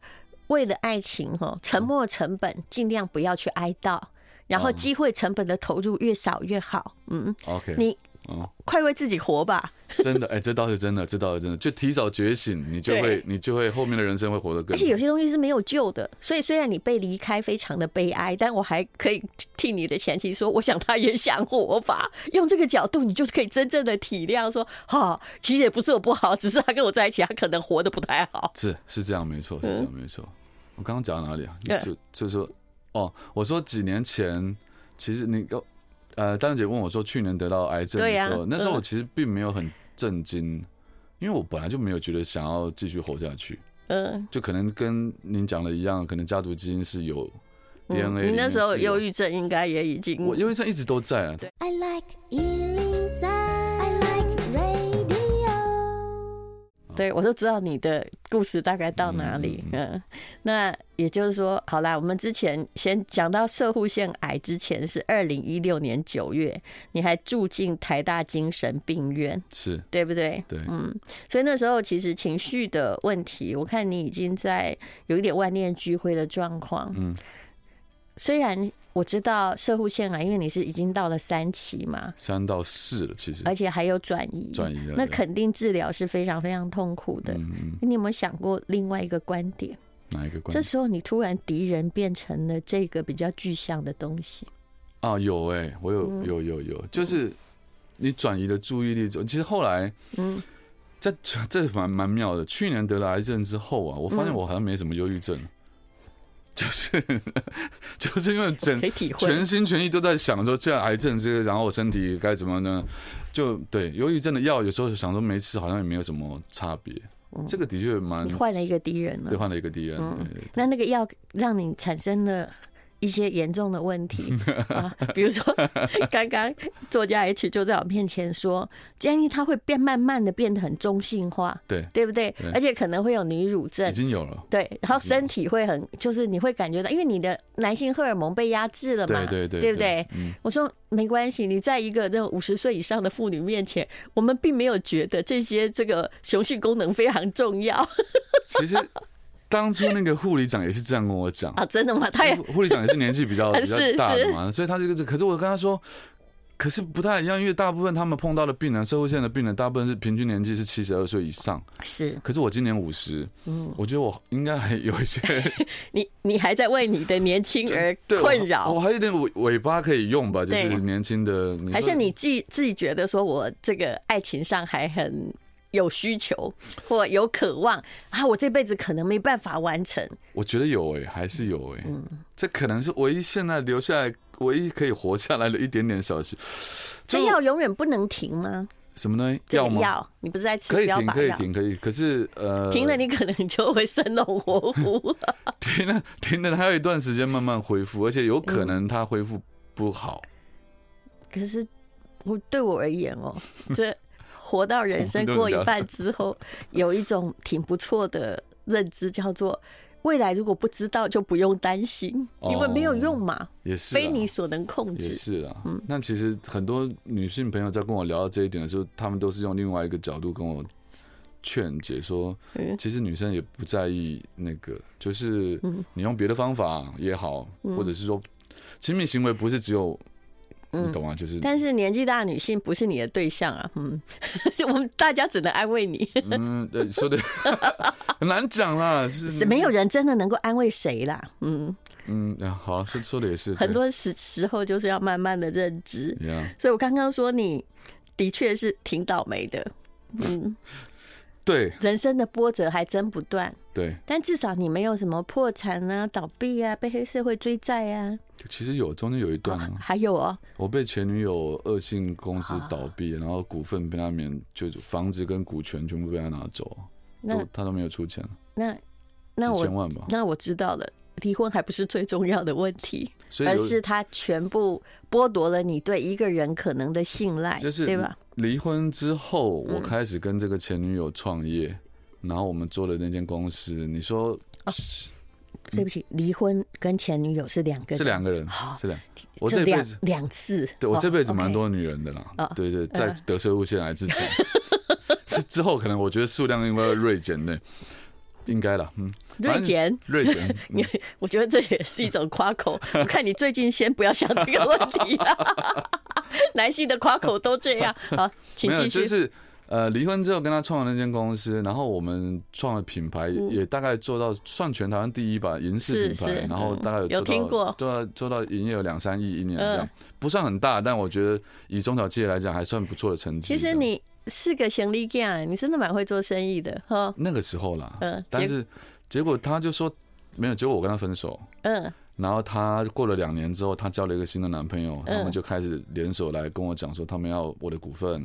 [SPEAKER 1] 为了爱情哈，沉没成本尽量不要去哀悼，然后
[SPEAKER 2] 哦
[SPEAKER 1] 机会成本的投入越少越好。嗯，
[SPEAKER 2] OK，
[SPEAKER 1] 你
[SPEAKER 2] 哦，
[SPEAKER 1] 快为自己活吧。
[SPEAKER 2] 真的，哎、这倒是真的，这倒是真的，就提早觉醒，你就
[SPEAKER 1] 对
[SPEAKER 2] 会，你就会后面的人生会活得更。
[SPEAKER 1] 而且有些东西是没有救的，所以虽然你被离开非常的悲哀，但我还可以替你的前妻说，我想他也想活吧。用这个角度，你就可以真正的体谅说，哈、其实也不是我不好，只是他跟我在一起，他可能活得不太好。
[SPEAKER 2] 是是这样，没错，是这样，没错。我刚刚讲到哪里啊？
[SPEAKER 1] 嗯对
[SPEAKER 2] 就就说，哦，我说几年前，其实你个，呃，丹姐问我说，去年得到癌症
[SPEAKER 1] 对
[SPEAKER 2] 的
[SPEAKER 1] 呀
[SPEAKER 2] 时候，那时候
[SPEAKER 1] 嗯
[SPEAKER 2] 我其实并没有很震惊，因为我本来就没有觉得想要继续活下去。
[SPEAKER 1] 嗯，
[SPEAKER 2] 就可能跟您讲的一样，可能家族基因是有 DNA
[SPEAKER 1] 嗯
[SPEAKER 2] 里面是有。
[SPEAKER 1] 你那时候忧郁嗯症应该也已经
[SPEAKER 2] 我忧郁症一直都在啊。
[SPEAKER 3] I like Ealing Sound. I like radio.
[SPEAKER 1] 对我都知道你的故事大概到哪里。嗯，那也就是说，好啦，我们之前先讲到射护腺癌之前是二零一六年九月，你还住进台大精神病院，
[SPEAKER 2] 是
[SPEAKER 1] 对不对？
[SPEAKER 2] 对，
[SPEAKER 1] 所以那时候其实情绪的问题，我看你已经在有一点万念俱灰的状况。
[SPEAKER 2] 嗯，
[SPEAKER 1] 虽然我知道射护腺癌，因为你是已经到了三期嘛，
[SPEAKER 2] 三到四了，其实
[SPEAKER 1] 而且还有转移，
[SPEAKER 2] 转移了。
[SPEAKER 1] 哎那
[SPEAKER 2] 对
[SPEAKER 1] 肯定治疗是非常非常痛苦的。
[SPEAKER 2] 嗯嗯，
[SPEAKER 1] 你有没有想过另外一个观点？
[SPEAKER 2] 哪一个关
[SPEAKER 1] 这
[SPEAKER 2] 系？
[SPEAKER 1] 时候你突然敌人变成了这个比较具象的东西，
[SPEAKER 2] 啊，有哎、我有
[SPEAKER 1] 嗯
[SPEAKER 2] 有有有，就是你转移了注意力之后，其实后来，
[SPEAKER 1] 嗯，
[SPEAKER 2] 这 [LAUGHS] 这蛮蛮妙的。去年得了癌症之后啊，我发现我好像没什么忧郁症，就是 [LAUGHS] 就是因为整
[SPEAKER 1] 可以体会。
[SPEAKER 2] 全心全意都在想说这样癌症这个，然后我身体该怎么呢？就对，忧郁症的药有时候想说没吃，好像也没有什么差别。
[SPEAKER 1] 嗯
[SPEAKER 2] 这个的确蛮
[SPEAKER 1] 你换了一个敌人
[SPEAKER 2] 对
[SPEAKER 1] 了，
[SPEAKER 2] 换了一个敌人，对对
[SPEAKER 1] 那那个药让你产生了。一些严重的问题 [LAUGHS] 啊，比如说，刚刚作家 H 就在我面前说，建议他会变慢慢的变得很中性化，
[SPEAKER 2] 对
[SPEAKER 1] 对不对？
[SPEAKER 2] 对
[SPEAKER 1] 而且可能会有女乳
[SPEAKER 2] 对，
[SPEAKER 1] 症
[SPEAKER 2] 已，经有了，
[SPEAKER 1] 对，然后身体会很，就是你会感觉到，因为你的男性荷尔蒙被压制了嘛，
[SPEAKER 2] 对对对，
[SPEAKER 1] 不对？？
[SPEAKER 2] 嗯，
[SPEAKER 1] 我说没关系，你在一个那五十岁以上的妇女面前，我们并没有觉得这些这个雄性功能非常重要
[SPEAKER 2] 其实当初那个护理长也是这样跟我讲，
[SPEAKER 1] [LAUGHS] 啊，真的吗？他也
[SPEAKER 2] 护护理长也是年
[SPEAKER 1] [LAUGHS]
[SPEAKER 2] 纪比较比较
[SPEAKER 1] 是
[SPEAKER 2] 大的
[SPEAKER 1] 是
[SPEAKER 2] 嘛，所以他这个，可是我跟他说，可是不太一样，因为大部分他们碰到的病人，社会线的病人，大部分是平均年纪是七十二岁以上，
[SPEAKER 1] 是
[SPEAKER 2] 可是我今年五十，
[SPEAKER 1] 嗯
[SPEAKER 2] 我觉得我应该还有
[SPEAKER 1] [LAUGHS]
[SPEAKER 2] 一些
[SPEAKER 1] 你，你还在为你的年轻而
[SPEAKER 2] 对
[SPEAKER 1] 困
[SPEAKER 2] 我我
[SPEAKER 1] 扰，
[SPEAKER 2] 还有点尾尾巴可以用吧，就
[SPEAKER 1] 对
[SPEAKER 2] 是年轻的，你说
[SPEAKER 1] 还是你自己自己觉得说我这个爱情上还很有需
[SPEAKER 2] [LAUGHS]
[SPEAKER 1] 求或有渴望啊，我这辈子可能没办法完成，
[SPEAKER 2] 我觉得有诶、欸还是有诶、
[SPEAKER 1] 嗯
[SPEAKER 2] 这可能是唯一现在留下来。唯一可以活下来的一点点小事，
[SPEAKER 1] 这药永远不能停吗？
[SPEAKER 2] 什么呢？
[SPEAKER 1] 这个
[SPEAKER 2] 吗？
[SPEAKER 1] 药你不是在吃
[SPEAKER 2] 可以
[SPEAKER 1] 标
[SPEAKER 2] 停，
[SPEAKER 1] 靶
[SPEAKER 2] 可以
[SPEAKER 1] 药？
[SPEAKER 2] 停，可以。可是呃，
[SPEAKER 1] 停了，你可能就会生龙活虎。
[SPEAKER 2] 停了， [LAUGHS] 停了，还有一段时间慢慢恢复，而且有可能它恢复不好。
[SPEAKER 1] 可是我对我而言
[SPEAKER 2] [LAUGHS]
[SPEAKER 1] 哦、这活到人生
[SPEAKER 2] 我们都
[SPEAKER 1] 过
[SPEAKER 2] 聊
[SPEAKER 1] 一半之后，有一种挺不错的认知，叫做未来如果不知道就不用担心，
[SPEAKER 2] 哦
[SPEAKER 1] 因为没有用嘛，
[SPEAKER 2] 也是啊，
[SPEAKER 1] 非你所能控
[SPEAKER 2] 也
[SPEAKER 1] 制。
[SPEAKER 2] 是啊。
[SPEAKER 1] 嗯
[SPEAKER 2] 那其实很多女性朋友在跟我聊到这一点的时候，她们都是用另外一个角度跟我劝解说，
[SPEAKER 1] 嗯
[SPEAKER 2] 其实女生也不在意那个，就是
[SPEAKER 1] 嗯
[SPEAKER 2] 你用别的方法也好，或者是说亲密行为不是只有。你懂吗？啊就是
[SPEAKER 1] 嗯但是年纪大的女性不是你的对象啊，嗯， [LAUGHS] 我们大家只能安慰你，
[SPEAKER 2] 嗯，对，
[SPEAKER 1] [LAUGHS]
[SPEAKER 2] 说的很难讲啦，就是
[SPEAKER 1] 没有人真的能够安慰谁啦，嗯，
[SPEAKER 2] 嗯，啊好，说说的也是
[SPEAKER 1] 很多时时候就是要慢慢的认知，
[SPEAKER 2] 一样。
[SPEAKER 1] 所以我刚刚说你的确是挺倒霉的，
[SPEAKER 2] 对
[SPEAKER 1] 人生的波折还真不断，
[SPEAKER 2] 对，
[SPEAKER 1] 但至少你没有什么破产啊、倒闭啊、被黑社会追债啊，
[SPEAKER 2] 其实有中间有一段啊，
[SPEAKER 1] 还有哦，
[SPEAKER 2] 我被前女友恶性公司倒闭，然后股份被他免，就是房子跟股权全部被他拿走，
[SPEAKER 1] 那
[SPEAKER 2] 都他都没有出钱，
[SPEAKER 1] 那那
[SPEAKER 2] 几千
[SPEAKER 1] 我
[SPEAKER 2] 万吧。
[SPEAKER 1] 那我知道了。离婚还不是最重要的问题，
[SPEAKER 2] 所以
[SPEAKER 1] 而
[SPEAKER 2] 有
[SPEAKER 1] 是他全部剥夺了你对一个人可能的信赖，
[SPEAKER 2] 就是
[SPEAKER 1] 对吧？嗯
[SPEAKER 2] 离婚之后，我开始跟这个前女友创业，然后我们做了那间公司。你说
[SPEAKER 1] 哦对不起，离婚跟前女友是两个人，
[SPEAKER 2] 嗯是两个人
[SPEAKER 1] 好，
[SPEAKER 2] 是两，我
[SPEAKER 1] 这
[SPEAKER 2] 这辈
[SPEAKER 1] 两
[SPEAKER 2] 子
[SPEAKER 1] 两次，
[SPEAKER 2] 对我
[SPEAKER 1] 哦
[SPEAKER 2] 这辈子蛮
[SPEAKER 1] OK [LAUGHS]
[SPEAKER 2] 多嗯女人的啦
[SPEAKER 1] 哦。
[SPEAKER 2] 对对，在得射入腺癌
[SPEAKER 1] [LAUGHS]
[SPEAKER 2] 之前，之之后可能我觉得数量应该会锐减的，应该啦，嗯，
[SPEAKER 1] 瑞减，
[SPEAKER 2] 锐
[SPEAKER 1] [LAUGHS]
[SPEAKER 2] 减，嗯
[SPEAKER 1] 你我觉得这也是一种夸
[SPEAKER 2] [LAUGHS]
[SPEAKER 1] 口。我看你最近先不要想这个问题、 [LAUGHS] 男性的夸口都这样。好，请
[SPEAKER 2] 没有，
[SPEAKER 1] 继续。
[SPEAKER 2] 就是呃，离婚之后跟他创了那间公司，然后我们创了品牌，也也大概做到算全台湾第一吧，银饰
[SPEAKER 1] 是
[SPEAKER 2] 品
[SPEAKER 1] 嗯
[SPEAKER 2] 牌
[SPEAKER 1] 是，
[SPEAKER 2] 然后大概有
[SPEAKER 1] 嗯有
[SPEAKER 2] 做到
[SPEAKER 1] 听过
[SPEAKER 2] 做到做到营业有两三亿一年这样
[SPEAKER 1] 嗯，
[SPEAKER 2] 不算很大，但我觉得以中小企业来讲还算不错的成绩。
[SPEAKER 1] 其
[SPEAKER 2] 这
[SPEAKER 1] 实
[SPEAKER 2] 样
[SPEAKER 1] 你是个行李架，你真的蛮会做生意的哈。
[SPEAKER 2] 那个时候啦
[SPEAKER 1] 嗯，
[SPEAKER 2] 但
[SPEAKER 1] 结
[SPEAKER 2] 是结果他就说没有，结果我跟他分手。
[SPEAKER 1] 嗯，
[SPEAKER 2] 然后她过了两年之后，她交了一个新的男朋友，
[SPEAKER 1] 嗯
[SPEAKER 2] 他们就开始联手来跟我讲说，他们要我的股份，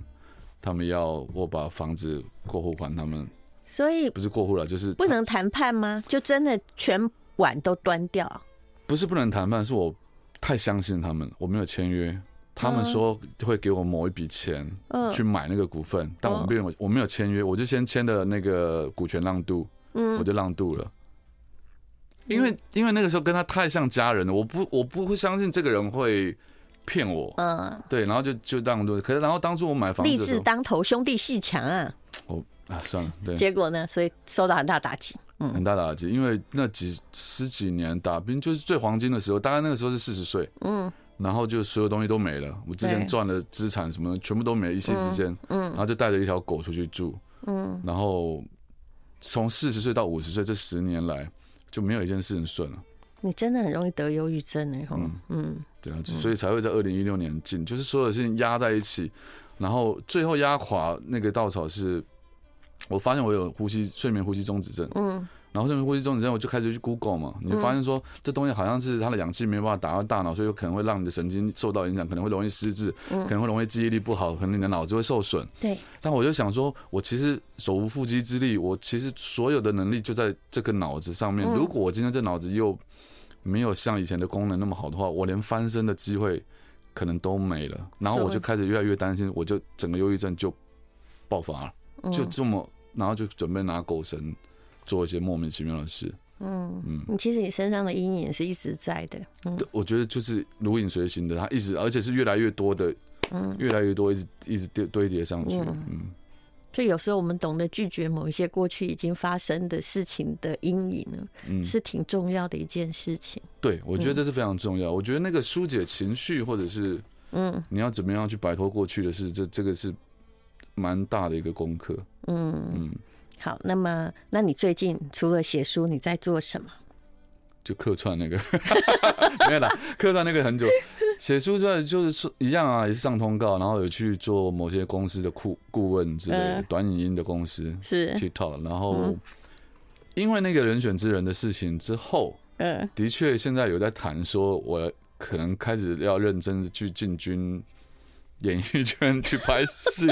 [SPEAKER 2] 他们要我把房子过户还他们，
[SPEAKER 1] 所以
[SPEAKER 2] 不是过户了，就是
[SPEAKER 1] 不能谈判吗？就真的全碗都端掉？
[SPEAKER 2] 不是不能谈判，是我太相信他们，我没有签约，他们说会给我某一笔钱
[SPEAKER 1] 嗯
[SPEAKER 2] 去买那个股份，但我
[SPEAKER 1] 嗯
[SPEAKER 2] 没有我没有签约，我就先签的那个股权让渡，我
[SPEAKER 1] 嗯，
[SPEAKER 2] 就让渡了。因为因为那个时候跟他太像家人了，我不我不会相信这个人会骗我，
[SPEAKER 1] 嗯，
[SPEAKER 2] 对，然后就就让渡。可是然后当初我买房
[SPEAKER 1] 立
[SPEAKER 2] 子的时
[SPEAKER 1] 志
[SPEAKER 2] 候，
[SPEAKER 1] 当头，兄弟戏强啊！
[SPEAKER 2] 我啊算了，对，
[SPEAKER 1] 结果呢，所以受到很大打击。
[SPEAKER 2] 很大打击，因为那几十几年打拼就是最黄金的时候，大概那个时候是四十岁，
[SPEAKER 1] 嗯
[SPEAKER 2] 然后就所有东西都没了，我之前
[SPEAKER 1] 对
[SPEAKER 2] 赚的资产什么的全部都没了，一夕之间，然
[SPEAKER 1] 嗯
[SPEAKER 2] 后就带着一条狗出去住，
[SPEAKER 1] 嗯，
[SPEAKER 2] 然后从四十岁到五十岁这十年来就没有一件事情顺了，
[SPEAKER 1] 你真的很容易得忧郁症哎、吼
[SPEAKER 2] 嗯
[SPEAKER 1] 嗯
[SPEAKER 2] 对啊，所以才会在二零一六年进，就是所有事情压在一起，然后最后压垮那个稻草是，我发现我有呼吸睡眠呼吸中止症，
[SPEAKER 1] 嗯
[SPEAKER 2] 然后这边呼吸中止症，我就开始去 Google 嘛，你发现说这东西好像是它的氧气没办法打到大脑，所以有可能会让你的神经受到影响，可能会容易失智，
[SPEAKER 1] 嗯
[SPEAKER 2] 可能会容易记忆力不好，可能你的脑子会受损。
[SPEAKER 1] 对。
[SPEAKER 2] 但我就想说，我其实手无缚鸡之力，我其实所有的能力就在这个脑子上面。
[SPEAKER 1] 嗯
[SPEAKER 2] 如果我今天这脑子又没有像以前的功能那么好的话，我连翻身的机会可能都没了。然后我就开始越来越担心，我就整个忧郁症就爆发了，
[SPEAKER 1] 嗯
[SPEAKER 2] 就这么，然后就准备拿狗绳做一些莫名其妙的事。
[SPEAKER 1] 嗯
[SPEAKER 2] 嗯
[SPEAKER 1] 你其实你身上的阴影是一直在的。嗯
[SPEAKER 2] 对我觉得就是如影随形的，它一直而且是越来越多的，
[SPEAKER 1] 嗯，
[SPEAKER 2] 越来越多，一直一直堆堆叠上去。
[SPEAKER 1] 嗯
[SPEAKER 2] 嗯，
[SPEAKER 1] 所以有时候我们懂得拒绝某一些过去已经发生的事情的阴影呢，
[SPEAKER 2] 嗯
[SPEAKER 1] 是挺重要的一件事情。
[SPEAKER 2] 对，我觉得这是非常重要。我觉得那个疏解情绪，或者是
[SPEAKER 1] 嗯
[SPEAKER 2] 你要怎么样去摆脱过去的事，这这个是蛮大的一个功课。
[SPEAKER 1] 嗯，
[SPEAKER 2] 嗯，
[SPEAKER 1] 好，那么那你最近除了写书，你在做什么？
[SPEAKER 2] 就客串那个 [LAUGHS] 没有啦，客串那个很久。写书之外就是说一样啊，也是上通告，然后有去做某些公司的顾顾问之类的
[SPEAKER 1] 嗯
[SPEAKER 2] 短影音的公司
[SPEAKER 1] 是
[SPEAKER 2] TikTok，然后
[SPEAKER 1] 嗯
[SPEAKER 2] 因为那个人选之人的事情之后，
[SPEAKER 1] 嗯
[SPEAKER 2] 的确现在有在谈说，我可能开始要认真的去进军演艺圈去拍
[SPEAKER 1] [LAUGHS]
[SPEAKER 2] 戏。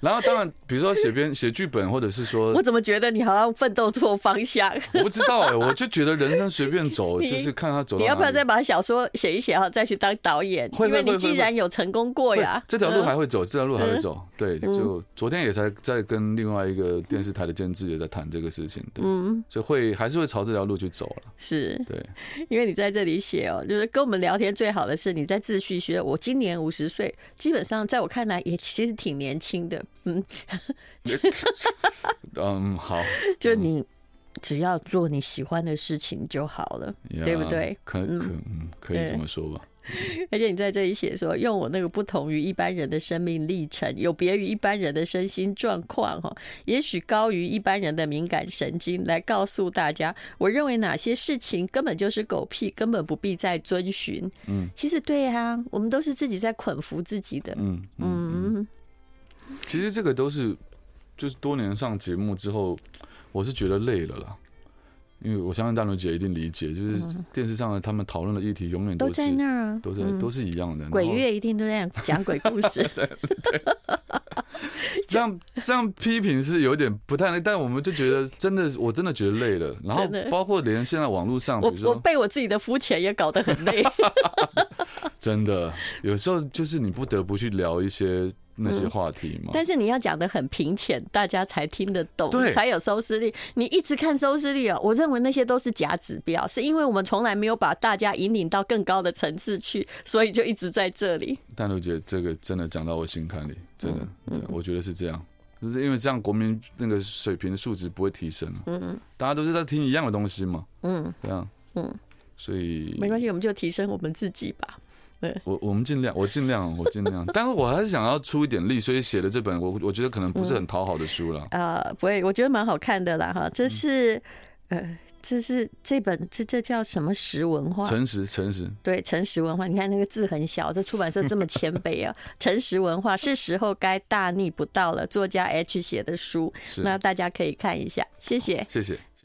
[SPEAKER 2] 然后当然，比如说写编写剧本，或者是说，
[SPEAKER 1] 我怎么觉得你好像奋斗错方向？
[SPEAKER 2] [LAUGHS] 我不知道哎、我就觉得人生随便
[SPEAKER 1] [LAUGHS]
[SPEAKER 2] 走，
[SPEAKER 1] 你
[SPEAKER 2] 就是看他走到
[SPEAKER 1] 你要不要
[SPEAKER 2] 哪里
[SPEAKER 1] 再把小说写一写啊，再去当导演？
[SPEAKER 2] 会
[SPEAKER 1] 因为
[SPEAKER 2] 会
[SPEAKER 1] 你
[SPEAKER 2] 会
[SPEAKER 1] 既
[SPEAKER 2] 会
[SPEAKER 1] 然有成功过呀
[SPEAKER 2] 会，这条路
[SPEAKER 1] 嗯
[SPEAKER 2] 还会走，这条路还会走。对，就昨天也才在跟另外一个电视台的监制也在谈这个事情，对，
[SPEAKER 1] 嗯
[SPEAKER 2] 所以会还是会朝这条路去走了。
[SPEAKER 1] 是
[SPEAKER 2] 对，
[SPEAKER 1] 因为你在这里写哦，就是跟我们聊天最好的是你在自序学。我今年五十岁，基本上在我看来也其实挺年轻的。嗯，
[SPEAKER 2] [LAUGHS] 嗯，好，
[SPEAKER 1] 就你只要做你喜欢的事情就好了，
[SPEAKER 2] 呀
[SPEAKER 1] 对不对？
[SPEAKER 2] 可可嗯可以
[SPEAKER 1] 对
[SPEAKER 2] 这么说吧。
[SPEAKER 1] 而且你在这里写说，用我那个不同于一般人的生命历程，有别于一般人的身心状况，哈，也许高于一般人的敏感神经，来告诉大家，我认为哪些事情根本就是狗屁，根本不必再遵循。嗯，其实对啊，我们都是自己在捆缚自己的。
[SPEAKER 2] 嗯嗯，嗯其实这个都是，就是多年上节目之后，我是觉得累了啦。因为我相信大伦姐一定理解，就是电视上的他们讨论的议题永远
[SPEAKER 1] 嗯都
[SPEAKER 2] 是
[SPEAKER 1] 在那儿啊，
[SPEAKER 2] 都在
[SPEAKER 1] 嗯
[SPEAKER 2] 都是一样的。然后
[SPEAKER 1] 鬼月一定都在讲鬼故
[SPEAKER 2] [LAUGHS]
[SPEAKER 1] 事，
[SPEAKER 2] 这样这样批评是有点不太，但我们就觉得真的，我真的觉得累了。然后
[SPEAKER 1] 真的
[SPEAKER 2] 包括连现在网络上，比
[SPEAKER 1] 我
[SPEAKER 2] 如
[SPEAKER 1] 我
[SPEAKER 2] 说
[SPEAKER 1] 被我自己的肤浅也搞得很
[SPEAKER 2] [LAUGHS]
[SPEAKER 1] 累。
[SPEAKER 2] 真的有时候就是你不得不去聊一些那
[SPEAKER 1] 嗯
[SPEAKER 2] 些话题嘛。
[SPEAKER 1] 但是你要讲的很平浅，大家才听得懂
[SPEAKER 2] 对，
[SPEAKER 1] 才有收视率。你一直看收视率哦，我认为那些都是假指标，是因为我们从来没有把大家引领到更高的层次去，所以就一直在这里。
[SPEAKER 2] 淡如姐，这个真的讲到我心坎里，真的，
[SPEAKER 1] 嗯
[SPEAKER 2] 对我觉得是这样，就是因为这样国民那个水平素质不会提升了，
[SPEAKER 1] 嗯
[SPEAKER 2] 大家都是在听一样的东西嘛，
[SPEAKER 1] 嗯，
[SPEAKER 2] 这样，
[SPEAKER 1] 嗯，
[SPEAKER 2] 所以
[SPEAKER 1] 没关系，我们就提升我们自己吧。
[SPEAKER 2] 我我们尽量，我尽量，我
[SPEAKER 1] [LAUGHS]
[SPEAKER 2] 尽量，但是我还是想要出一点力，所以写的这本我我觉得可能
[SPEAKER 1] 嗯
[SPEAKER 2] 不是很讨好的书了，
[SPEAKER 1] 呃，不会，我觉得蛮好看的啦哈。这是呃，这是这本这这叫什么石文化？
[SPEAKER 2] 诚实诚实，
[SPEAKER 1] 对，诚实文化，你看那个字很小，这出版社这么谦卑 [LAUGHS] 啊！诚实文化是时候该大逆不道了。作家 H 写的书，
[SPEAKER 2] 是
[SPEAKER 1] 那大家可以看一下，谢谢。
[SPEAKER 2] 谢谢。